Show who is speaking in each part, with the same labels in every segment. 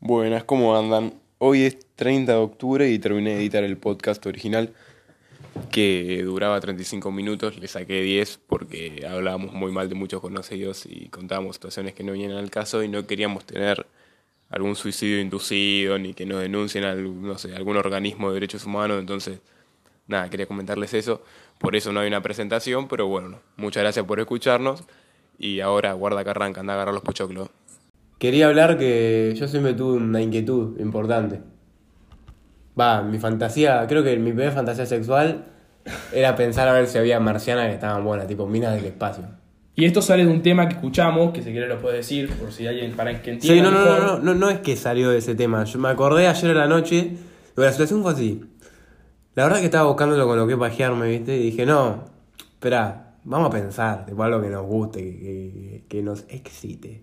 Speaker 1: Buenas, ¿cómo andan? Hoy es 30 de octubre y terminé de editar el podcast original que duraba 35 minutos, le saqué 10 porque hablábamos muy mal de muchos conocidos y contábamos situaciones que no vienen al caso y no queríamos tener algún suicidio inducido ni que nos denuncien al, no sé, algún organismo de derechos humanos, entonces nada, quería comentarles eso, por eso no hay una presentación, pero bueno, muchas gracias por escucharnos y ahora guarda que arranca, anda a agarrar los pochoclos.
Speaker 2: Quería hablar que yo siempre tuve una inquietud importante. Va, mi fantasía, creo que mi primera fantasía sexual era pensar a ver si había marcianas que estaban buenas, tipo minas del espacio.
Speaker 3: Y esto sale de un tema que escuchamos, que si querés lo puedes decir, por si alguien para que entienda.
Speaker 2: Sí, no, no, no,
Speaker 3: mejor.
Speaker 2: no, no, no es que salió de ese tema. Yo me acordé ayer a la noche, pero la situación fue así. La verdad que estaba buscándolo con lo que pajearme, ¿viste? Y dije, no, espera, vamos a pensar, tipo algo que nos guste, que, que- que nos excite.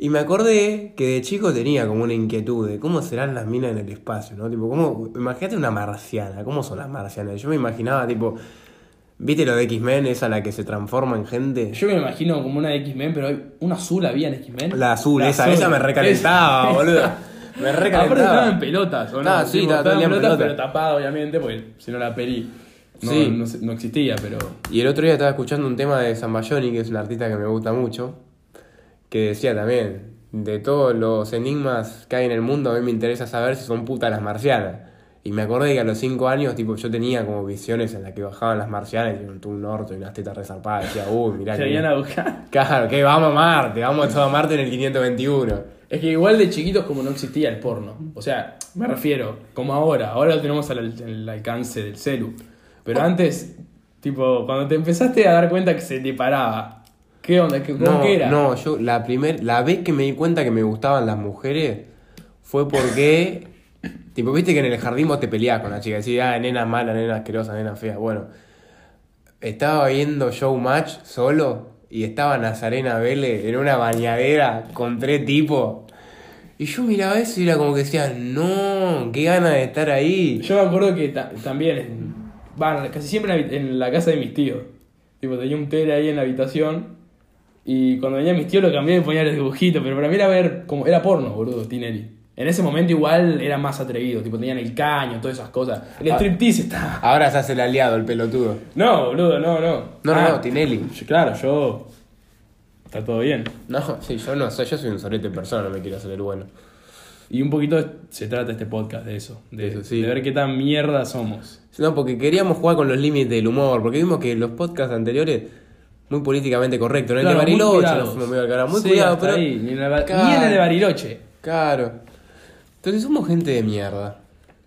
Speaker 2: Y me acordé que de chico tenía como una inquietud de cómo serán las minas en el espacio, ¿no? Tipo, ¿cómo, imagínate una marciana, ¿cómo son las marcianas? Yo me imaginaba, tipo, ¿viste lo de X-Men, esa la que se transforma en gente?
Speaker 3: Yo me lo imagino como una de X-Men, pero hay- una azul había en X-Men.
Speaker 2: La azul, esa,
Speaker 3: azul.
Speaker 2: esa me recalentaba,
Speaker 3: Esa.
Speaker 2: boludo. Me
Speaker 3: Aparte estaba en
Speaker 2: recalentaba.
Speaker 3: pelotas, ¿o no?
Speaker 2: Ah, sí,
Speaker 3: Tipo,
Speaker 2: estaba-
Speaker 3: estaba en
Speaker 2: tenía
Speaker 3: pelotas,
Speaker 2: pelota.
Speaker 3: pero tapada, obviamente, porque si no la peli no,
Speaker 2: Sí.
Speaker 3: no, se- no existía, pero.
Speaker 2: Y el otro día estaba escuchando un tema de Zambayoni, que es un artista que me gusta mucho, que decía también, de todos los enigmas que hay en el mundo, a mí me interesa saber si son putas las marcianas. Y me acordé que a los 5 años, tipo, yo tenía como visiones en las que bajaban las marcianas y un, un orto y unas tetas resarpadas. Decía, uy, mirá
Speaker 3: Se venían a
Speaker 2: que...
Speaker 3: buscar.
Speaker 2: Claro, que vamos a Marte, vamos a toda Marte en el 521.
Speaker 3: Es que igual de chiquitos como no existía el porno. O sea, me refiero, como ahora. Ahora lo tenemos al, al alcance del celu.
Speaker 2: Ah.
Speaker 3: Pero antes, tipo, cuando te empezaste a dar cuenta que se te paraba. ¿Qué onda? ¿Qué, ¿Cómo
Speaker 2: No,
Speaker 3: que era?
Speaker 2: no, yo la primer, la vez que me di cuenta que me gustaban las mujeres fue porque, tipo, viste que en el jardín vos te peleás con la chica, decís, ah, nena mala, nena asquerosa, nena fea. Bueno, estaba viendo Showmatch solo y estaba Nazarena Vélez en una bañadera con tres tipos. Y yo miraba eso y era como que decía, no, qué ganas de estar ahí.
Speaker 3: Yo me acuerdo que ta- también, en- van casi siempre en la, habi- en la casa de mis tíos. Tipo, tenía un tele ahí en la habitación. Y cuando venía mis tíos lo cambié y ponía los dibujitos. Pero para mí era ver como era porno, boludo, Tinelli. En ese momento igual era más atrevido. Tipo, tenían el caño, todas esas cosas. El
Speaker 2: Ah.
Speaker 3: striptease estaba.
Speaker 2: Ahora se hace el aliado, el pelotudo.
Speaker 3: No, boludo, no, no.
Speaker 2: No, no,
Speaker 3: Ah,
Speaker 2: no, Tinelli.
Speaker 3: yo- Claro, yo. Está todo bien.
Speaker 2: No, sí, yo no soy, yo soy un sorete en persona, no me quiero hacer el bueno.
Speaker 3: Y un poquito se trata este podcast de eso. De,
Speaker 2: Eso sí.
Speaker 3: de ver qué tan mierda somos.
Speaker 2: No, porque queríamos jugar con los límites del humor, porque vimos que los podcasts anteriores, muy políticamente correctos, en el
Speaker 3: Claro,
Speaker 2: de
Speaker 3: muy
Speaker 2: Bariloche
Speaker 3: cuidados.
Speaker 2: nos fuimos medio al carajo, muy
Speaker 3: Sí,
Speaker 2: cuidado,
Speaker 3: hasta
Speaker 2: pero.
Speaker 3: ahí, ni, en el ba-
Speaker 2: Claro.
Speaker 3: ni en el de Bariloche.
Speaker 2: Claro. Entonces somos gente de mierda.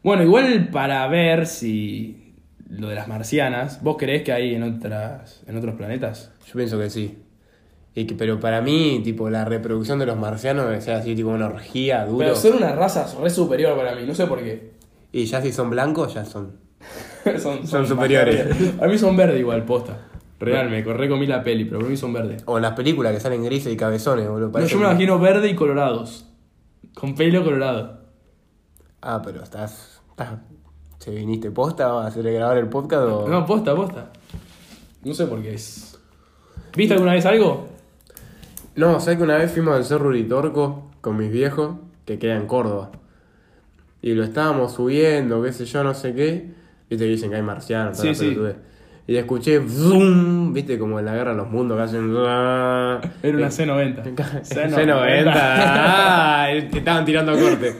Speaker 3: Bueno, igual para ver si lo de las marcianas, ¿vos creés que hay en otras en otros planetas?
Speaker 2: Yo pienso que sí. Y que, pero para mí, tipo, la reproducción de los marcianos debe ser así, tipo una orgía, duro.
Speaker 3: Pero son una raza re superior para mí, no sé por qué.
Speaker 2: Y ya si son blancos, ya son.
Speaker 3: son,
Speaker 2: Son superiores.
Speaker 3: A mí son verde igual, posta. Real, me corré comí la peli, pero para mí son verde.
Speaker 2: O en las películas que salen grises y cabezones, boludo.
Speaker 3: No,
Speaker 2: parece
Speaker 3: yo me
Speaker 2: un-
Speaker 3: imagino verde y colorados. Con pelo colorado.
Speaker 2: Ah, pero estás. estás... ¿Te viniste posta a hacer grabar el podcast o.?
Speaker 3: No, posta, posta. Oh. No sé por qué es. ¿Viste alguna vez algo?
Speaker 2: No, sé que una vez fuimos al Cerro Uritorco con mis viejos, que queda en Córdoba. Y lo estábamos subiendo, qué sé yo, no sé qué. Viste que dicen que hay marcianos, toda
Speaker 3: Sí,
Speaker 2: la
Speaker 3: sí.
Speaker 2: pelotudez. Y escuché zoom, viste como en la guerra de los mundos que hacen.
Speaker 3: Era una
Speaker 2: Eh,
Speaker 3: C90.
Speaker 2: C90. Ah, te estaban tirando corte.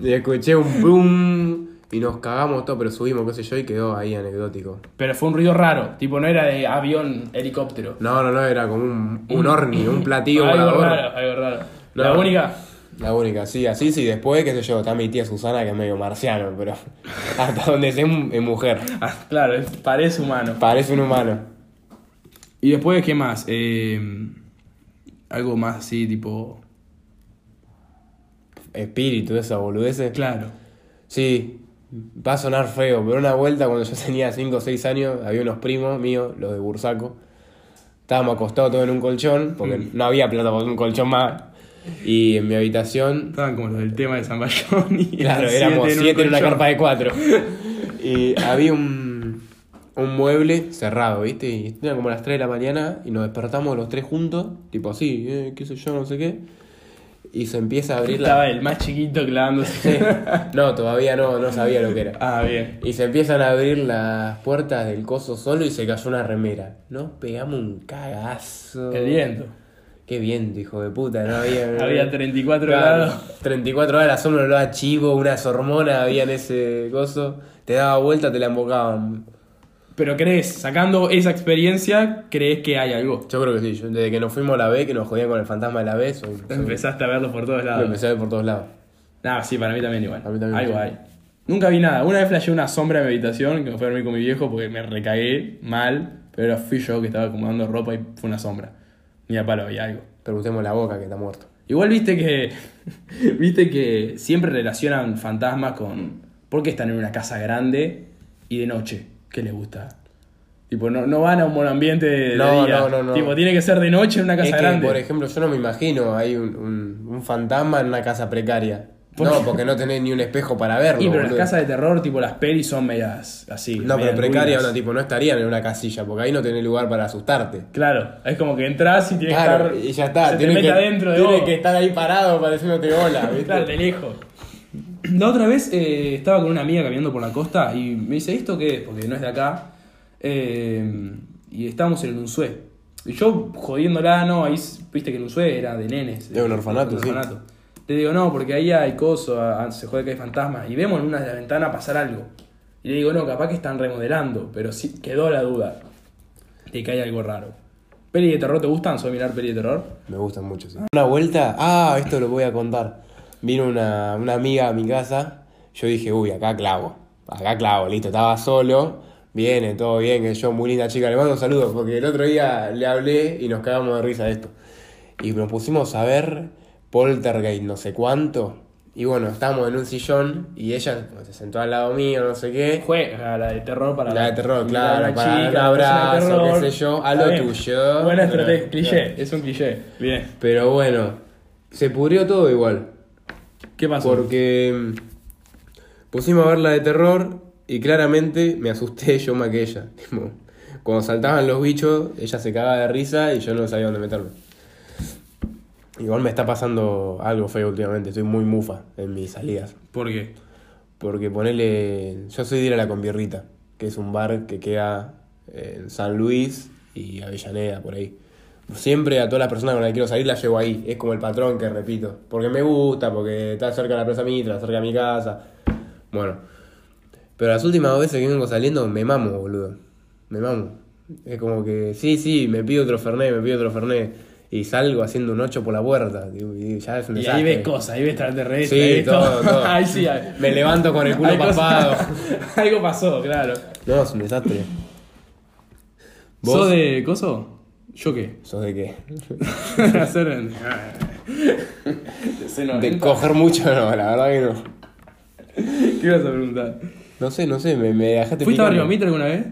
Speaker 2: Y escuché un boom y nos cagamos todo, pero subimos, qué sé yo, y quedó ahí anecdótico.
Speaker 3: Pero fue un ruido raro, tipo no era de avión, helicóptero.
Speaker 2: No, no, no, era como un, un orni, un platillo
Speaker 3: algo
Speaker 2: volador.
Speaker 3: raro, algo raro.
Speaker 2: No.
Speaker 3: La única.
Speaker 2: La única, sí, así sí, después, qué sé yo, está mi tía Susana que es medio marciano, pero hasta donde sé es mujer,
Speaker 3: Ah, claro, es- parece humano.
Speaker 2: parece un humano.
Speaker 3: Y después, ¿qué más? Eh, algo más así, tipo.
Speaker 2: Espíritu, esa boludez. eh.
Speaker 3: Claro.
Speaker 2: Sí, va a sonar feo, pero una vuelta cuando yo tenía 5 o 6 años, había unos primos míos, los de Bursaco, estábamos acostados todos en un colchón, porque no había plata para un colchón más, y en mi habitación
Speaker 3: Estaban como los del tema de San Bayón y
Speaker 2: Claro,
Speaker 3: eran
Speaker 2: éramos
Speaker 3: un
Speaker 2: siete en una
Speaker 3: colchón.
Speaker 2: carpa de cuatro. Y había un, un mueble cerrado, ¿viste? Y eran como las 3 de la mañana y nos despertamos los tres juntos, tipo así, eh, qué sé yo, no sé qué. y se empieza a abrir
Speaker 3: Estaba
Speaker 2: la...
Speaker 3: el más chiquito clavándose.
Speaker 2: Sí. No, todavía no, no sabía lo que era.
Speaker 3: Ah, bien.
Speaker 2: Y se empiezan a abrir las puertas del coso solo y se cayó una remera. Nos pegamos un cagazo.
Speaker 3: Qué viento.
Speaker 2: Qué viento, hijo de puta. No había.
Speaker 3: Había 34
Speaker 2: Claro,
Speaker 3: grados.
Speaker 2: 34 grados, la sombra lo chivo, unas hormonas había en ese coso. Te daba vuelta, te la embocaban.
Speaker 3: Pero crees, sacando esa experiencia, crees que hay algo.
Speaker 2: Yo creo que sí, yo- desde que nos fuimos a la B, que nos jodían con el fantasma de la B, soy- soy-
Speaker 3: Empezaste a verlo por todos
Speaker 2: lo
Speaker 3: lados.
Speaker 2: empecé a ver por todos lados.
Speaker 3: Nah, sí, para mí también igual.
Speaker 2: A mí también.
Speaker 3: Algo hay. Nunca vi nada. Una vez flashé una sombra en mi habitación que me fue a dormir con mi viejo porque me recagué mal, pero fui yo que estaba acomodando ropa y fue una sombra. Ni a palo, había algo.
Speaker 2: Preguntemos la boca que está muerto.
Speaker 3: Igual viste que. viste que siempre relacionan fantasmas
Speaker 2: Mm.
Speaker 3: con. ¿Por qué están en una casa grande y de noche? ¿Qué les gusta? Tipo, no, no van a un buen ambiente de, de
Speaker 2: No,
Speaker 3: día.
Speaker 2: no, no, no.
Speaker 3: Tipo, tiene que ser de noche en una casa
Speaker 2: Es que,
Speaker 3: grande.
Speaker 2: por ejemplo, yo no me imagino hay un, un- un fantasma en una casa precaria.
Speaker 3: ¿Por
Speaker 2: no,
Speaker 3: qué?
Speaker 2: porque no tenés ni un espejo para verlo.
Speaker 3: y pero las
Speaker 2: boludo.
Speaker 3: casas de terror, tipo las pelis son medias así.
Speaker 2: No,
Speaker 3: medias
Speaker 2: pero precaria,
Speaker 3: ruinas.
Speaker 2: onda, tipo, no estarían en una casilla, porque ahí no tenés lugar para asustarte.
Speaker 3: Claro, es como que entras y tienes
Speaker 2: Claro,
Speaker 3: que estar.
Speaker 2: y ya está.
Speaker 3: Se te
Speaker 2: tiene
Speaker 3: mete
Speaker 2: que,
Speaker 3: adentro de
Speaker 2: tiene
Speaker 3: vos.
Speaker 2: que estar ahí parado para decirte hola, ¿viste?
Speaker 3: Claro, de lejos. La otra vez eh, estaba con una amiga caminando por la costa y me dice, ¿esto qué es? Porque no es de acá. Eh, y estábamos en el Unzué. Y yo jodiéndola, no, ahí s- viste que el Unzué era de nenes.
Speaker 2: Era un orfanato, sí.
Speaker 3: Te digo, no, porque ahí hay coso, a- a- se jode que hay fantasmas. Y vemos en una de las ventanas pasar algo. Y le digo, no, capaz que están remodelando, pero sí quedó la duda de que hay algo raro. ¿Peli de terror te gustan? ¿Soy mirar peli de terror?
Speaker 2: Me gustan mucho, sí. Una vuelta, ah, esto lo voy a contar. Vino una, una amiga a mi casa, yo dije, uy, acá clavo, acá clavo, listo, estaba solo, viene, todo bien, que yo, muy linda chica, le mando un saludo, porque el otro día le hablé y nos cagamos de risa de esto. Y nos pusimos a ver Poltergeist, no sé cuánto, y bueno, estábamos en un sillón y ella se sentó al lado mío, no sé qué.
Speaker 3: Juega la de terror para
Speaker 2: La de terror, claro,
Speaker 3: la
Speaker 2: para dar un
Speaker 3: la persona de
Speaker 2: abrazo, qué sé yo, a
Speaker 3: Está
Speaker 2: lo
Speaker 3: bien.
Speaker 2: tuyo.
Speaker 3: Buena
Speaker 2: Claro.
Speaker 3: estrategia, cliché, es un cliché. Bien.
Speaker 2: Pero bueno, se pudrió todo igual.
Speaker 3: ¿Qué pasó?
Speaker 2: Porque mm, pusimos a ver la de terror y claramente me asusté yo más que ella. Tipo, cuando saltaban los bichos, ella se cagaba de risa y yo no sabía dónde meterme. Igual me está pasando algo feo últimamente, estoy muy mufa en mis salidas.
Speaker 3: ¿Por qué?
Speaker 2: Porque ponele. Yo soy de ir a la convierrita, que es un bar que queda eh, en San Luis y Avellaneda, por ahí. Siempre a todas las personas con las que quiero salir las llevo ahí. Es como el patrón que repito. Porque me gusta, porque está cerca de la Plaza Mitra, cerca de mi casa. Bueno. Pero las últimas dos veces que vengo saliendo me mamo, boludo. Me mamo. Es como que, sí, sí, me pido otro Fernet, me pido otro Fernet. Y salgo haciendo un 8 por la puerta. digo, Y ya es un
Speaker 3: Y ahí
Speaker 2: desastre.
Speaker 3: ves cosas, ahí ves extraterrestres.
Speaker 2: Sí,
Speaker 3: ahí ves
Speaker 2: todo, todo.
Speaker 3: ahí sí, hay-
Speaker 2: Me levanto con el
Speaker 3: hay
Speaker 2: culo
Speaker 3: cosas-
Speaker 2: papado.
Speaker 3: Algo pasó, claro.
Speaker 2: No, es un desastre. ¿Vos?
Speaker 3: ¿Sos de coso? ¿Yo qué?
Speaker 2: ¿Sos de qué?
Speaker 3: Hacer en- De seno-
Speaker 2: De coger mucho, no, la verdad que no.
Speaker 3: ¿Qué ibas a preguntar?
Speaker 2: No sé, no sé, me, me dejaste
Speaker 3: ¿Fuiste a
Speaker 2: picando.
Speaker 3: Barrio Mitre alguna vez?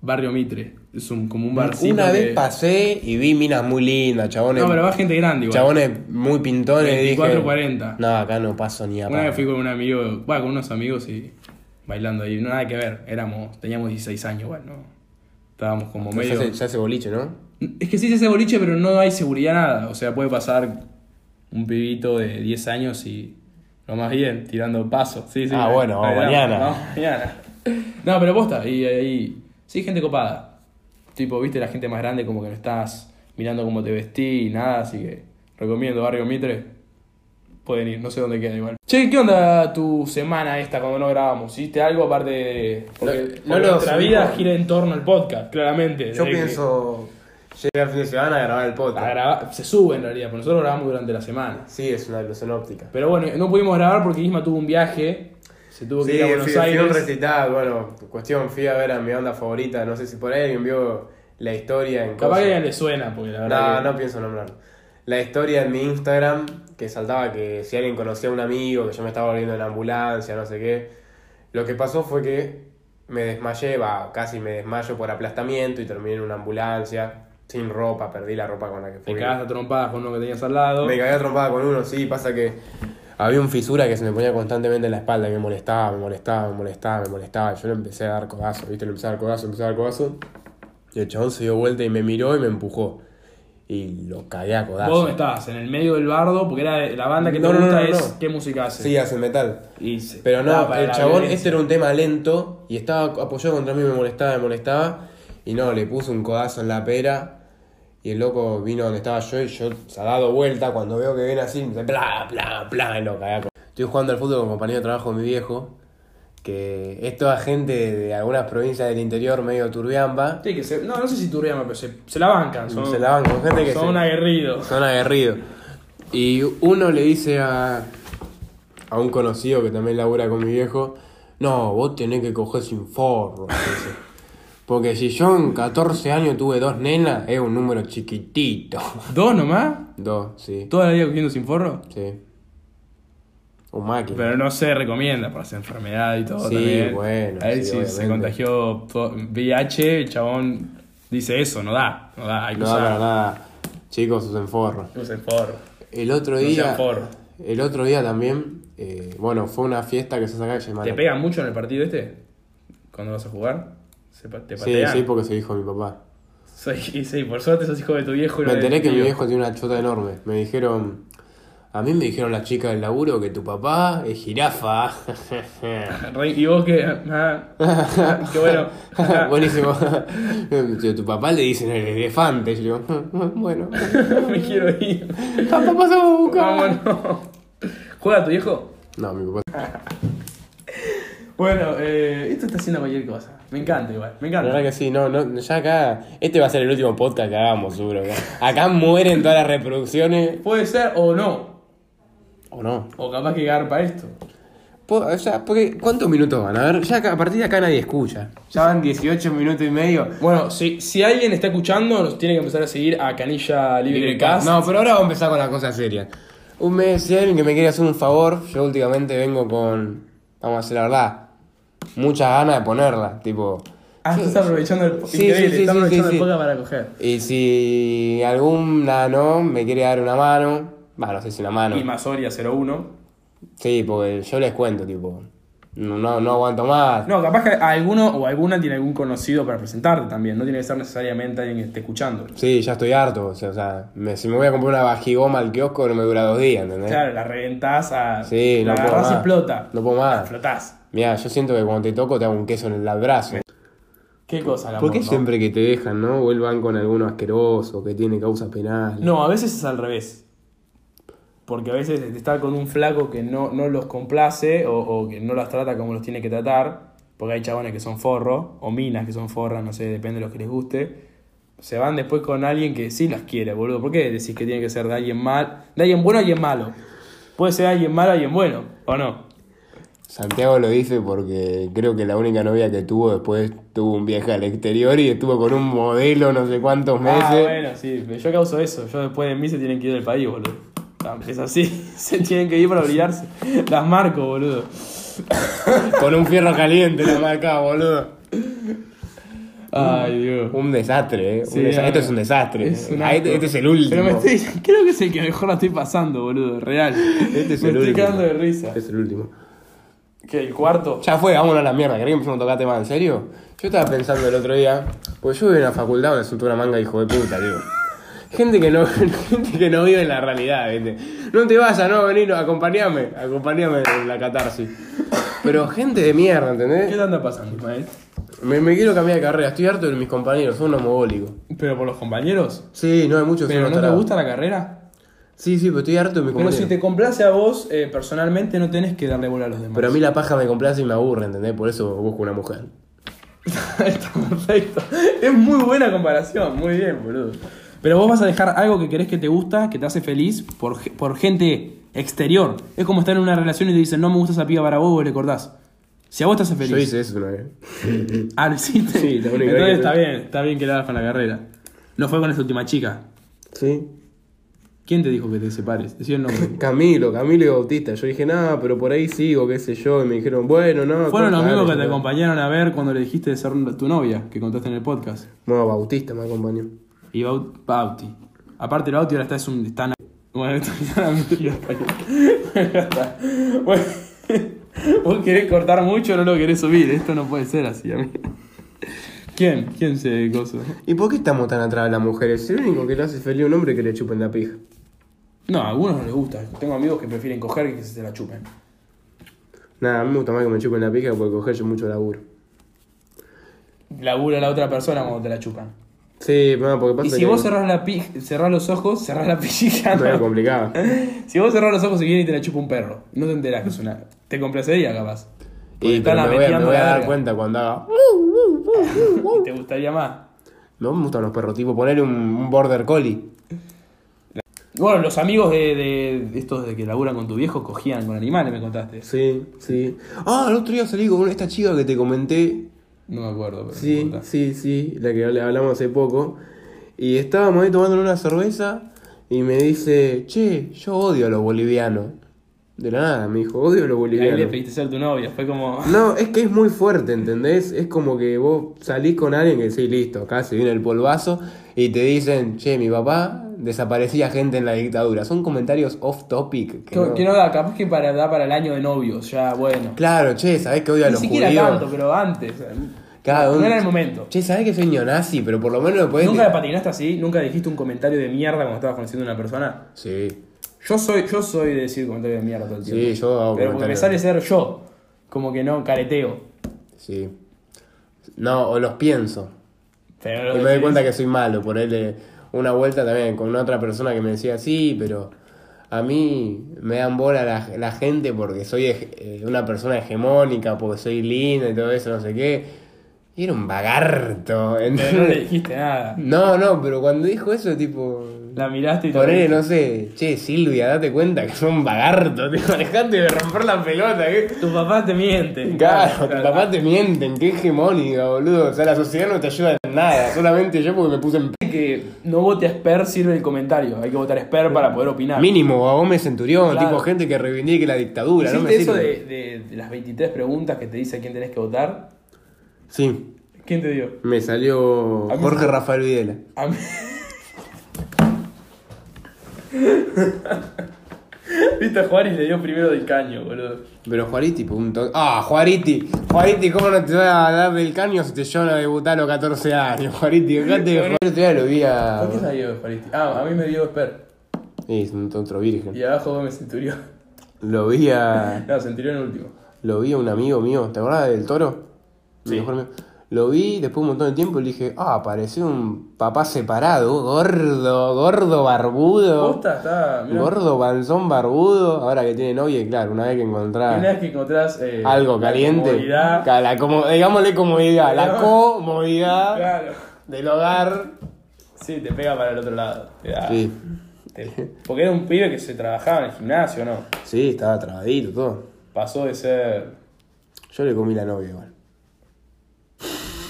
Speaker 3: Barrio Mitre. Es un, como un barcito.
Speaker 2: Una vez
Speaker 3: que-
Speaker 2: pasé y vi minas muy lindas, chabones.
Speaker 3: No, pero va gente grande igual.
Speaker 2: chabones muy pintones. y dije,
Speaker 3: 24-40.
Speaker 2: No, acá no paso ni a
Speaker 3: Una
Speaker 2: palo".
Speaker 3: vez fui con un amigo, bueno, con unos amigos y bailando ahí, no, nada que ver, éramos, teníamos 16 años igual, ¿no? Estábamos como
Speaker 2: Ya
Speaker 3: medio...
Speaker 2: se, ya se boliche, ¿no?
Speaker 3: Es que sí se hace boliche, pero no hay seguridad nada, o sea, puede pasar un pibito de 10 años y lo más bien, tirando paso, sí, sí.
Speaker 2: Ah, bueno, vamos
Speaker 3: bailamos,
Speaker 2: mañana.
Speaker 3: vamos mañana. No, pero posta, y ahí, sí, gente copada, tipo, viste, la gente más grande como que no estás mirando cómo te vestí y nada, así que recomiendo Barrio Mitre. Pueden ir, no sé dónde queda igual. Che, ¿qué onda tu semana esta cuando no grabamos? ¿Hiciste algo aparte de.? Porque,
Speaker 2: No, no
Speaker 3: porque
Speaker 2: lo
Speaker 3: nuestra
Speaker 2: subimos.
Speaker 3: vida gira en torno al podcast, claramente. desde que-
Speaker 2: Llegar el fin de semana a grabar el
Speaker 3: a grabar- se sube en realidad, porque nosotros grabamos durante la semana.
Speaker 2: Ah, Sí, es una ilusión óptica.
Speaker 3: Pero bueno, no pudimos grabar porque Isma tuvo un viaje, se tuvo que ir a Buenos
Speaker 2: fui, fui a
Speaker 3: Aires.
Speaker 2: un recital, bueno, cuestión, fui a ver a mi banda favorita, no sé si por ahí alguien vio la historia en
Speaker 3: Capaz que a
Speaker 2: coso.
Speaker 3: alguien le suena, porque la verdad.
Speaker 2: No, no pienso nombrarlo. La historia en mi Instagram, que saltaba que si alguien conocía a un amigo, que yo me estaba volviendo en ambulancia, no sé qué. Lo que pasó fue que me desmayé, va, casi me desmayo por aplastamiento y terminé en una ambulancia, sin ropa, perdí la ropa con la que
Speaker 3: que
Speaker 2: fui.
Speaker 3: Te cagaste a trompadas con uno que tenías al lado.
Speaker 2: Me cagué a trompada con uno, sí, pasa que había un fisura que se me ponía constantemente en la espalda, y me molestaba, me molestaba, me molestaba, me molestaba. Yo le empecé a dar codazo, ¿viste? Le empecé a dar codazo, empecé a dar codazo. Y el chabón se dio vuelta y me miró y me empujó. y lo cagué a
Speaker 3: ¿Vos
Speaker 2: codazo.
Speaker 3: dónde estás? ¿En el medio del bardo? Porque era la banda que
Speaker 2: No,
Speaker 3: te
Speaker 2: no, no,
Speaker 3: gusta
Speaker 2: no,
Speaker 3: es
Speaker 2: no.
Speaker 3: qué música hace.
Speaker 2: Sí, hace metal.
Speaker 3: Y se-
Speaker 2: Pero
Speaker 3: Ah,
Speaker 2: no,
Speaker 3: para
Speaker 2: el
Speaker 3: la
Speaker 2: chabón,
Speaker 3: violencia.
Speaker 2: este era un tema lento y estaba apoyado contra mí, me molestaba, me molestaba. Y no, le puse un codazo en la pera. Y el loco vino donde estaba yo y yo se ha dado vuelta. Cuando veo que viene así, me dice, bla, bla, bla, lo cagué a co- Estoy jugando al fútbol con compañero de trabajo de mi viejo. Que es toda gente de algunas provincias del interior, medio turbiamba.
Speaker 3: Sí, que se- no, no sé si Turriama, pero se, se la bancan. Son,
Speaker 2: este Mm, Se la van con gente que
Speaker 3: son
Speaker 2: se-
Speaker 3: aguerridos.
Speaker 2: Son aguerridos. Y uno le dice a, a un conocido que también labura con mi viejo, no, vos tenés que coger sin forro. dice. Porque si yo en 14 años tuve dos nenas, es un número chiquitito.
Speaker 3: ¿Dos nomás?
Speaker 2: Dos, sí.
Speaker 3: ¿Toda la vida cogiendo sin forro?
Speaker 2: Sí. Un máquina.
Speaker 3: Pero no se recomienda por esa enfermedad y todo
Speaker 2: Sí,
Speaker 3: también.
Speaker 2: bueno,
Speaker 3: A él
Speaker 2: sí,
Speaker 3: si se
Speaker 2: obviamente.
Speaker 3: contagió to- VIH, el chabón dice eso, no da, no da, hay que
Speaker 2: no da
Speaker 3: usar.
Speaker 2: para nada. Chicos, usen forro.
Speaker 3: Usen forro.
Speaker 2: El otro
Speaker 3: No
Speaker 2: día...
Speaker 3: sean forro.
Speaker 2: el otro día también, eh, bueno, fue una fiesta que se saca de
Speaker 3: ¿Te pegan mucho en el partido este? Cuando vas a jugar. ¿Se pa- ¿Te
Speaker 2: Sí,
Speaker 3: patean?
Speaker 2: sí, porque se dijo mi papá.
Speaker 3: Soy, y sí, por suerte sos hijo de tu viejo.
Speaker 2: Me
Speaker 3: y no de
Speaker 2: enteré
Speaker 3: tu
Speaker 2: que mi
Speaker 3: tío.
Speaker 2: viejo tiene una chota enorme. Me dijeron. A mí me dijeron las chicas del laburo que tu papá es jirafa.
Speaker 3: Re- Y vos que... ah, ah, qué bueno.
Speaker 2: Buenísimo. Si a tu papá le dicen el elefante. Yo digo, bueno.
Speaker 3: Me quiero ir.
Speaker 2: Papá pasó a buscar.
Speaker 3: Vámonos. ¿Juega tu viejo?
Speaker 2: No, mi papá.
Speaker 3: Bueno, eh, esto está haciendo cualquier cosa. Me encanta igual,
Speaker 2: La
Speaker 3: me encanta.
Speaker 2: verdad que sí, no, no, ya acá. Este va a ser el último podcast que hagamos, seguro. Acá mueren todas las reproducciones.
Speaker 3: Puede ser o no.
Speaker 2: ¿O no?
Speaker 3: O capaz que garpa esto.
Speaker 2: Po- O sea, porque, ¿cuántos minutos van? A ver, ya acá- a partir de acá nadie escucha. Ya van 18 minutos y medio.
Speaker 3: Bueno, si, si alguien está escuchando, nos tiene que empezar a seguir a Canilla Libre Cast.
Speaker 2: No, pero ahora vamos a empezar con las cosas serias. Un mes, si hay alguien que me quiere hacer un favor, yo últimamente vengo con, vamos a decir la verdad, muchas ganas de ponerla, tipo...
Speaker 3: Ah, estás aprovechando el
Speaker 2: Sí,
Speaker 3: increíble,
Speaker 2: sí, sí,
Speaker 3: estás
Speaker 2: sí,
Speaker 3: aprovechando
Speaker 2: sí,
Speaker 3: el
Speaker 2: sí.
Speaker 3: podcast para coger.
Speaker 2: Y si alguna no me quiere dar una mano, va, no sé si una mano.
Speaker 3: Y Masoria 01.
Speaker 2: Sí, porque yo les cuento, tipo, no, no, no aguanto más.
Speaker 3: No, capaz que alguno o alguna tiene algún conocido para presentarte también. No tiene que ser necesariamente alguien que esté escuchando.
Speaker 2: Sí, ya estoy harto, o sea, o sea, me- si me voy a comprar una bajigoma al kiosco no me dura dos días, ¿entendés?
Speaker 3: Claro, la reventás a.
Speaker 2: Sí,
Speaker 3: la
Speaker 2: no puedo
Speaker 3: agarrás y
Speaker 2: más.
Speaker 3: explota.
Speaker 2: No puedo más.
Speaker 3: Explotás.
Speaker 2: Mira, yo siento que cuando te toco te hago un queso en el brazo.
Speaker 3: Qué cosa, la
Speaker 2: ¿Por qué siempre que te dejan, no? Vuelvan con alguno asqueroso que tiene causas penales.
Speaker 3: No, a veces es al revés. Porque a veces estar con un flaco que no, no los complace o, o que no las trata como los tiene que tratar, porque hay chabones que son forro, o minas que son forras, no sé, depende de los que les guste, se van después con alguien que sí las quiere, boludo. ¿Por qué decís que tiene que ser de alguien mal, de alguien bueno a alguien malo? Puede ser alguien malo a alguien bueno, ¿o no?
Speaker 2: Santiago lo dice porque creo que la única novia que tuvo después tuvo un viaje al exterior y estuvo con un modelo no sé cuántos meses.
Speaker 3: Ah, bueno, sí, yo causo eso. Yo después de mí se tienen que ir del país, boludo. Es así, se tienen que ir para olvidarse. Las marco, boludo.
Speaker 2: Con un fierro caliente la marca, boludo.
Speaker 3: Ay, Dios.
Speaker 2: Un desastre, eh. Un
Speaker 3: Sí,
Speaker 2: desa-
Speaker 3: ah,
Speaker 2: Esto es un desastre.
Speaker 3: es un
Speaker 2: Ah,
Speaker 3: asco.
Speaker 2: este, este es el último.
Speaker 3: Pero me estoy, creo que es el que mejor la estoy pasando, boludo, real.
Speaker 2: Este es
Speaker 3: me
Speaker 2: el
Speaker 3: estoy
Speaker 2: último.
Speaker 3: cagando de risa.
Speaker 2: Este es el último.
Speaker 3: ¿Qué, el cuarto?
Speaker 2: Ya fue, vámonos a la mierda. ¿Querés que empecemos a tocar temas en serio? Yo estaba pensando el otro día, pues yo vivo en la facultad donde son toda una manga de hijo de puta, digo. Gente que no, gente que no vive en la realidad, ¿viste? No te vayas, no, vení, no, acompañame, acompañame en la catarsis. Pero gente de mierda,
Speaker 3: ¿Qué
Speaker 2: ¿entendés?
Speaker 3: te anda pasando, Ismael?
Speaker 2: Me, me quiero cambiar de carrera, estoy harto de mis compañeros, son unos mogólicos.
Speaker 3: ¿Pero por los compañeros?
Speaker 2: Sí, no, hay muchos que son
Speaker 3: ¿Pero no
Speaker 2: unos
Speaker 3: te
Speaker 2: tarados.
Speaker 3: gusta la carrera?
Speaker 2: Sí, sí, pero estoy harto de mis
Speaker 3: Pero
Speaker 2: compañeros.
Speaker 3: si te complace a vos, eh, personalmente no tenés que darle bola a los demás.
Speaker 2: Pero a mí la paja me complace y me aburre, ¿entendés? Por eso busco una mujer.
Speaker 3: Está perfecto. Es muy buena comparación, muy bien, boludo. Pero vos vas a dejar algo que querés que te gusta, que te hace feliz, por, ge- por gente exterior. Es como estar en una relación y te dicen, no me gusta esa piba para vos, vos le cortás. Si a vos te hace feliz.
Speaker 2: Yo hice eso una vez.
Speaker 3: Ah, lo hiciste.
Speaker 2: Sí, la única vez
Speaker 3: Entonces
Speaker 2: que-
Speaker 3: está bien, está bien que la hagas con la carrera. No fue con esta última chica.
Speaker 2: Sí.
Speaker 3: ¿Quién te dijo que te separes? Decí el nombre.
Speaker 2: Camilo, Camilo y Bautista. Yo dije, nada, pero por ahí sigo, qué sé yo. Y me dijeron, bueno, no.
Speaker 3: Fueron los
Speaker 2: corta,
Speaker 3: mismos
Speaker 2: dale,
Speaker 3: que te
Speaker 2: yo-
Speaker 3: acompañaron a ver cuando le dijiste de ser tu novia, que contaste en el podcast.
Speaker 2: No, Bautista me acompañó.
Speaker 3: Y Baut- Bauti. Aparte, el Bauti ahora está es un. Está en- Bueno, esto ya era mentira, español. Ya está. Bueno, vos querés cortar mucho, no lo querés subir. Esto no puede ser así, amigo. ¿Quién? ¿Quién se coso?
Speaker 2: ¿Y por qué estamos tan atrás de las mujeres? El único que le hace feliz a un hombre es que le chupen la pija.
Speaker 3: No, a algunos no les gusta. Tengo amigos que prefieren coger que se la chupen.
Speaker 2: Nada, a mí me gusta más que me chupen la pija porque coger yo mucho laburo.
Speaker 3: Labura la otra persona cuando te la chupan.
Speaker 2: Sí, bueno, porque pasa
Speaker 3: Y si
Speaker 2: que
Speaker 3: vos cerrás, la pi cerrás los ojos, cerrás la pijita.
Speaker 2: no era complicado.
Speaker 3: Si vos cerrás los ojos y viene y te la chupa un perro, no te enterás que es una. Te complacería capaz. Porque
Speaker 2: Y
Speaker 3: está
Speaker 2: pero
Speaker 3: la
Speaker 2: me voy, a- me
Speaker 3: metiendo
Speaker 2: voy a
Speaker 3: la
Speaker 2: dar
Speaker 3: verga.
Speaker 2: cuenta cuando haga.
Speaker 3: Y te gustaría más.
Speaker 2: No me gustan los perros, tipo poner un, un border collie.
Speaker 3: Bueno, los amigos de, de- de estos de que laburan con tu viejo cogían con animales, me contaste.
Speaker 2: Sí, sí. Ah, el otro día salí con esta chica que te comenté.
Speaker 3: No me acuerdo, pero no
Speaker 2: Sí,
Speaker 3: importa.
Speaker 2: sí, sí, la que habl- hablamos hace poco. Y estábamos ahí tomando una cerveza y me dice, che, yo odio a los bolivianos. De la nada, me dijo, odio a los
Speaker 3: Y Ahí le
Speaker 2: bolivianos.
Speaker 3: pediste ser tu novia, fue como.
Speaker 2: No, es que es muy fuerte, ¿entendés? Es como que vos salís con alguien que decís, listo, acá se viene el polvazo y te dicen, che, mi papá desaparecía gente en la dictadura. Son comentarios off topic. que
Speaker 3: Que
Speaker 2: no-
Speaker 3: que no da, capaz que para, da para el año de novios, ya bueno.
Speaker 2: Claro, che, sabés que odio a
Speaker 3: Ni
Speaker 2: los
Speaker 3: siquiera
Speaker 2: judíos.
Speaker 3: tanto, pero antes. o sea,
Speaker 2: Claro,
Speaker 3: no
Speaker 2: un-
Speaker 3: era el momento.
Speaker 2: Che, sabés que soy neonazi, pero por lo menos lo podés...
Speaker 3: ¿Nunca la patinaste así? ¿Nunca dijiste un comentario de mierda cuando estabas conociendo a una persona?
Speaker 2: Sí.
Speaker 3: Yo soy, yo soy de decir comentarios de mierda todo el
Speaker 2: Sí,
Speaker 3: tiempo.
Speaker 2: yo hago
Speaker 3: Pero porque me
Speaker 2: comentarios.
Speaker 3: sale ser yo. Como que no careteo.
Speaker 2: Sí. No, o los pienso.
Speaker 3: Pero
Speaker 2: Y me doy cuenta que soy malo. Por él, eh, una vuelta también con otra persona que me decía, sí, pero a mí me dan bola la, la gente porque soy hege- eh, una persona hegemónica, porque soy linda y todo eso, no sé qué. Y era un vagarto.
Speaker 3: Pero no le
Speaker 2: ¿entendés?
Speaker 3: dijiste nada.
Speaker 2: No, no, pero cuando dijo eso, tipo.
Speaker 3: La miraste y te
Speaker 2: Ponele,
Speaker 3: reíste.
Speaker 2: no sé, che, Silvia, date cuenta que soy un vagarto, tipo, dejate de romper la pelota, ¿qué?
Speaker 3: Tu papá te miente.
Speaker 2: Claro, tu papá te mienten, qué hegemónica, boludo. O sea, la sociedad no te ayuda en nada, solamente yo porque me puse en p.
Speaker 3: que no vote a Sper sirve el comentario. Hay que votar a Sper para poder opinar.
Speaker 2: Mínimo, a Gómez Centurión,
Speaker 3: Claro.
Speaker 2: tipo gente que reivindique la dictadura,
Speaker 3: ¿Hiciste
Speaker 2: no me
Speaker 3: eso
Speaker 2: sirve.
Speaker 3: de, de- de las 23 preguntas que te dice a quién tenés que votar?
Speaker 2: Sí,
Speaker 3: ¿Quién te dio?
Speaker 2: me salió
Speaker 3: A mí
Speaker 2: Jorge
Speaker 3: sí.
Speaker 2: Rafael Videla.
Speaker 3: A mí. Viste a Juárez le dio primero del caño, boludo.
Speaker 2: Pero Juariti, tipo, un to- Ah, Juariti, Juariti, ¿cómo no te va a dar el caño si te llevan a debutar a los 14 años? Juariti, dejate de jugar. El otro día lo vi a.
Speaker 3: ¿Por qué se la dio Juárez? Ah, a mí me dio Sper.
Speaker 2: Sí, Es un otro virgen.
Speaker 3: Y abajo Gómez Centurión.
Speaker 2: Lo vi a.
Speaker 3: No, Centurión último.
Speaker 2: Lo vi a un amigo mío, ¿te acordás del toro? Mi
Speaker 3: Sí.
Speaker 2: mejor amigo. Lo vi después de un montón de tiempo y le dije, ah, pareció un papá separado, gordo, gordo barbudo,
Speaker 3: Posta está. mirá.
Speaker 2: gordo panzón barbudo. Ahora que tiene novia, y claro, una vez que
Speaker 3: Y Una vez
Speaker 2: encontrás
Speaker 3: que encontrás. eh,
Speaker 2: algo
Speaker 3: la
Speaker 2: caliente,
Speaker 3: comodidad,
Speaker 2: ca- la como- digámosle comodidad, la comodidad
Speaker 3: Claro.
Speaker 2: del hogar.
Speaker 3: Sí, te pega para el otro lado. Te da-
Speaker 2: Sí,
Speaker 3: te- porque era un pibe que se trabajaba en el gimnasio, ¿no?
Speaker 2: sí, estaba trabadito, todo.
Speaker 3: Pasó de ser
Speaker 2: Yo le comí la novia igual.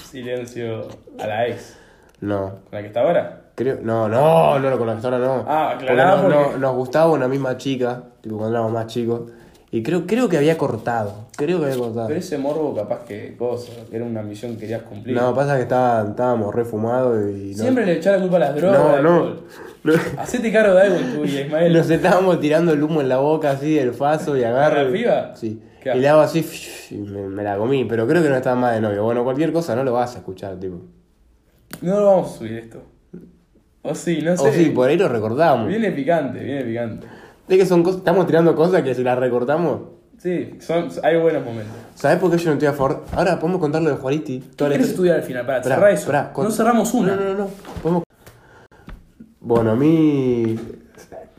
Speaker 3: silencio a la ex,
Speaker 2: No,
Speaker 3: con la que está ahora.
Speaker 2: Creo, no, no, no, con la gestora no.
Speaker 3: Ah, aclará,
Speaker 2: Porque no-
Speaker 3: porque-
Speaker 2: no- nos gustaba una misma chica, tipo cuando éramos más chicos. Y creo, creo que había cortado. Creo que había cortado.
Speaker 3: Pero ese morbo capaz que cosa, que era una misión que querías cumplir.
Speaker 2: No, pasa que estaba, estábamos refumados y. No,
Speaker 3: Siempre le echar la culpa a las drogas.
Speaker 2: no,
Speaker 3: al
Speaker 2: no,
Speaker 3: alcohol.
Speaker 2: no.
Speaker 3: Hacete cargo de algo en tu vida, Ismael.
Speaker 2: Nos estábamos tirando el humo en la boca así del faso y agarro.
Speaker 3: ¿A la
Speaker 2: y-
Speaker 3: piba?
Speaker 2: Sí. Y
Speaker 3: ¿Qué haces?
Speaker 2: le hago así y me, me la comí. Pero creo que no estaba más de novio. Bueno, cualquier cosa no lo vas a escuchar, tipo.
Speaker 3: No lo vamos a subir esto. O sí, no sé.
Speaker 2: O sí, por ahí lo recordamos.
Speaker 3: Viene picante, viene picante.
Speaker 2: Es que son cosas. Estamos tirando cosas que si las recortamos.
Speaker 3: Sí, son, hay buenos momentos.
Speaker 2: ¿Sabés por qué yo no estoy a favor? Ahora podemos contar lo de Juariti.
Speaker 3: ¿Qué
Speaker 2: Toda la
Speaker 3: querés
Speaker 2: historia.
Speaker 3: estudiar al final? Para
Speaker 2: Pará,
Speaker 3: cerrar eso.
Speaker 2: pará, con-
Speaker 3: No cerramos una.
Speaker 2: No, no, no. podemos- Bueno, a mí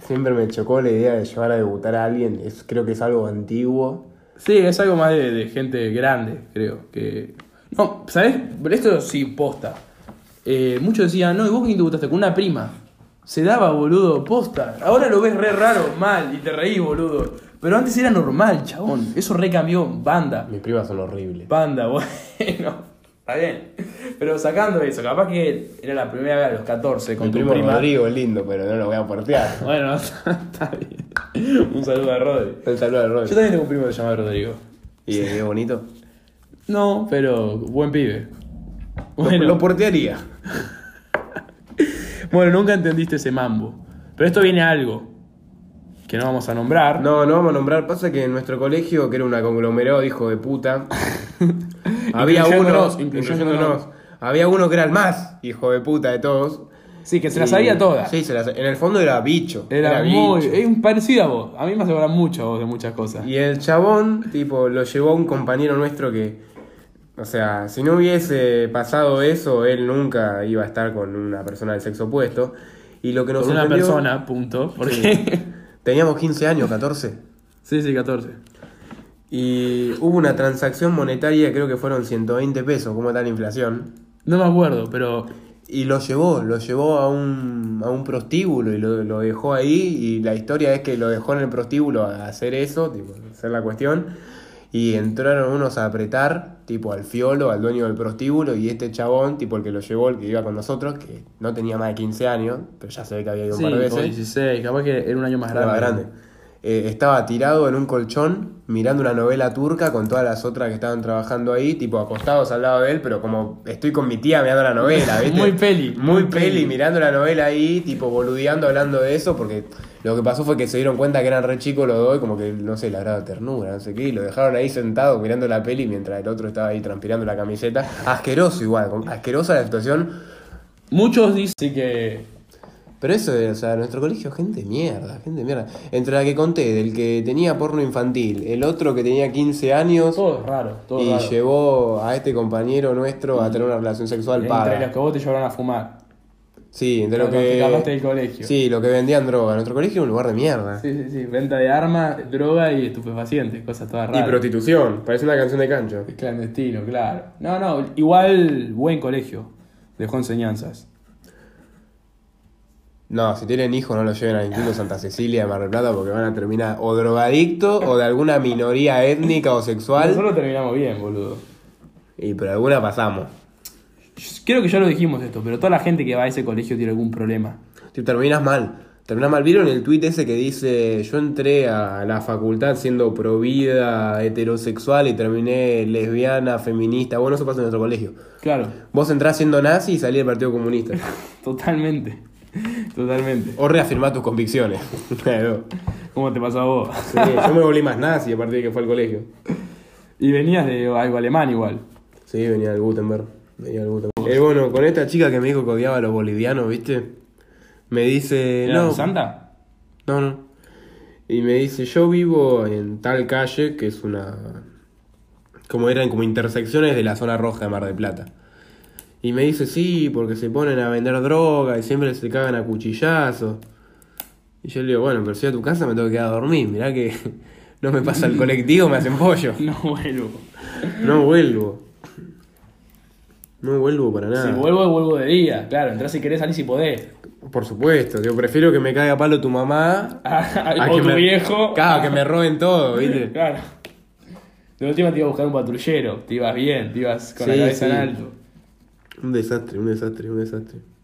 Speaker 2: siempre me chocó la idea de llevar a debutar a alguien. Es, creo que es algo antiguo.
Speaker 3: Sí, es algo más de, de gente grande, creo. que No, ¿sabes? Esto sí, posta. Eh, muchos decían, no, ¿y vos con quién te gustaste? Con una prima. Se daba, boludo, posta. Ahora lo ves re raro, mal, y te reís, boludo. Pero antes era normal, chabón. Eso re cambió. Banda.
Speaker 2: Mis primas son horribles.
Speaker 3: Banda, bueno. Está bien. Pero sacando eso, capaz que era la primera vez a los 14 con
Speaker 2: Mi
Speaker 3: tu
Speaker 2: primo
Speaker 3: prima.
Speaker 2: Rodrigo es lindo, pero no lo voy a portear.
Speaker 3: Bueno, está bien. Un saludo a Rodri.
Speaker 2: El saludo de
Speaker 3: Yo
Speaker 2: Rodrigo.
Speaker 3: también tengo un primo que se llama Rodrigo.
Speaker 2: ¿Y es bonito?
Speaker 3: No, pero buen pibe. Bueno,
Speaker 2: Lo, lo portearía.
Speaker 3: bueno, nunca entendiste ese mambo. Pero esto viene a algo que no vamos a nombrar.
Speaker 2: No, no vamos a nombrar. Pasa que en nuestro colegio, que era una conglomerado de hijo de puta, había uno, incluyéndonos,
Speaker 3: Incluyéndonos, incluyéndonos.
Speaker 2: Había uno que era el más hijo de puta de todos.
Speaker 3: Sí, que se
Speaker 2: Y-
Speaker 3: las sabía todas.
Speaker 2: Sí, se las- en el fondo era bicho.
Speaker 3: Era, muy.
Speaker 2: bicho.
Speaker 3: Es un parecido a vos. A mí me asegura mucho a vos de muchas cosas.
Speaker 2: Y el chabón, tipo, lo llevó a un compañero nuestro que. O sea, si no hubiese pasado eso, él nunca iba a estar con una persona del sexo opuesto. Y lo que nos
Speaker 3: Por una
Speaker 2: sorprendió-
Speaker 3: persona, punto. Porque...
Speaker 2: Sí. Teníamos 15 años, 14.
Speaker 3: sí, sí, 14.
Speaker 2: Y hubo una transacción monetaria, creo que fueron 120 pesos, como tal inflación.
Speaker 3: No me acuerdo, pero.
Speaker 2: Y lo llevó, lo llevó a un, a un prostíbulo y lo, lo dejó ahí. Y la historia es que lo dejó en el prostíbulo a hacer eso, tipo, hacer la cuestión. Y entraron unos a apretar, tipo al fiolo, al dueño del prostíbulo. Y este chabón, tipo el que lo llevó, el que iba con nosotros, que no tenía más de 15 años, pero ya se ve que había ido un
Speaker 3: Sí,
Speaker 2: par de
Speaker 3: o
Speaker 2: veces.
Speaker 3: 16, capaz que era un año más
Speaker 2: Era
Speaker 3: grande.
Speaker 2: más grande. Eh, estaba tirado en un colchón mirando una novela turca con todas las otras que estaban trabajando ahí, tipo acostados al lado de él, pero como estoy con mi tía mirando la novela, ¿viste?
Speaker 3: Muy peli,
Speaker 2: Muy,
Speaker 3: muy
Speaker 2: peli,
Speaker 3: peli.
Speaker 2: mirando la novela ahí, tipo boludeando, hablando de eso, porque lo que pasó fue que se dieron cuenta que eran re chicos los dos, y como que, no sé, le agrada ternura, no sé qué, y lo dejaron ahí sentado mirando la peli mientras el otro estaba ahí transpirando la camiseta. Asqueroso igual, con- asquerosa la situación.
Speaker 3: Muchos dicen Así que.
Speaker 2: Pero eso, o sea, nuestro colegio, gente mierda, gente mierda. Entre la que conté, del que tenía porno infantil, el otro que tenía 15 años
Speaker 3: Todo es raro, todo
Speaker 2: y
Speaker 3: raro.
Speaker 2: llevó a este compañero nuestro a tener una relación sexual
Speaker 3: Entre
Speaker 2: paga.
Speaker 3: los que vos te llevaron a fumar.
Speaker 2: Sí, entre lo
Speaker 3: los que escapaste del
Speaker 2: que...
Speaker 3: colegio.
Speaker 2: Sí, lo que vendían droga. Nuestro colegio era un lugar de mierda.
Speaker 3: sí, sí, sí. Venta de armas, droga y estupefacientes, cosas todas
Speaker 2: y
Speaker 3: raras.
Speaker 2: prostitución, parece una canción de cancho.
Speaker 3: Clandestino, claro. No, no, igual buen colegio. Dejó enseñanzas.
Speaker 2: No, si tienen hijos no los lleven al Instituto Santa Cecilia de Mar del Plata porque van a terminar o drogadicto o de alguna minoría étnica o sexual.
Speaker 3: Nosotros terminamos bien, boludo.
Speaker 2: Y pero alguna pasamos.
Speaker 3: Creo que ya lo dijimos esto, pero toda la gente que va a ese colegio tiene algún problema.
Speaker 2: Te terminas mal. Terminás mal. ¿Vieron el tuit ese que dice: Yo entré a la facultad siendo provida, heterosexual y terminé lesbiana, feminista? Bueno, eso pasa en nuestro colegio.
Speaker 3: Claro,
Speaker 2: Vos entrás siendo nazi y salís del Partido Comunista.
Speaker 3: totalmente. Totalmente.
Speaker 2: O reafirmás tus convicciones. Claro.
Speaker 3: ¿Cómo te pasó a vos?
Speaker 2: Sí, yo me volví más nazi a partir de que fue al colegio.
Speaker 3: Y venías de algo alemán igual.
Speaker 2: Sí, venía del Gutenberg. Venía del Gutenberg. Eh, bueno, con esta chica que me dijo que odiaba a los bolivianos, ¿viste? Me dice.
Speaker 3: ¿Era
Speaker 2: Eh, No,
Speaker 3: de Santa?
Speaker 2: No, no. Y me dice, yo vivo en tal calle, que es una... Como eran como intersecciones de la zona roja de Mar del Plata. Y me dice, sí, porque se ponen a vender droga y siempre se cagan a cuchillazos. Y yo le digo, bueno, pero si voy a tu casa me tengo que quedar a dormir, mirá que no me pasa el colectivo, me hacen pollo.
Speaker 3: No vuelvo.
Speaker 2: No vuelvo. No vuelvo para nada.
Speaker 3: Si vuelvo, vuelvo de día. Claro, entrás si querés, salís si podés.
Speaker 2: Por supuesto, yo prefiero que me caiga a palo tu mamá. a
Speaker 3: o
Speaker 2: Ah, que
Speaker 3: tu
Speaker 2: me-
Speaker 3: viejo.
Speaker 2: Claro, que me roben todo, ¿viste?
Speaker 3: Claro. De última te iba a buscar un patrullero. Te ibas bien, te ibas con
Speaker 2: Sí,
Speaker 3: la cabeza
Speaker 2: sí.
Speaker 3: en alto.
Speaker 2: Un desastre, un desastre, un desastre.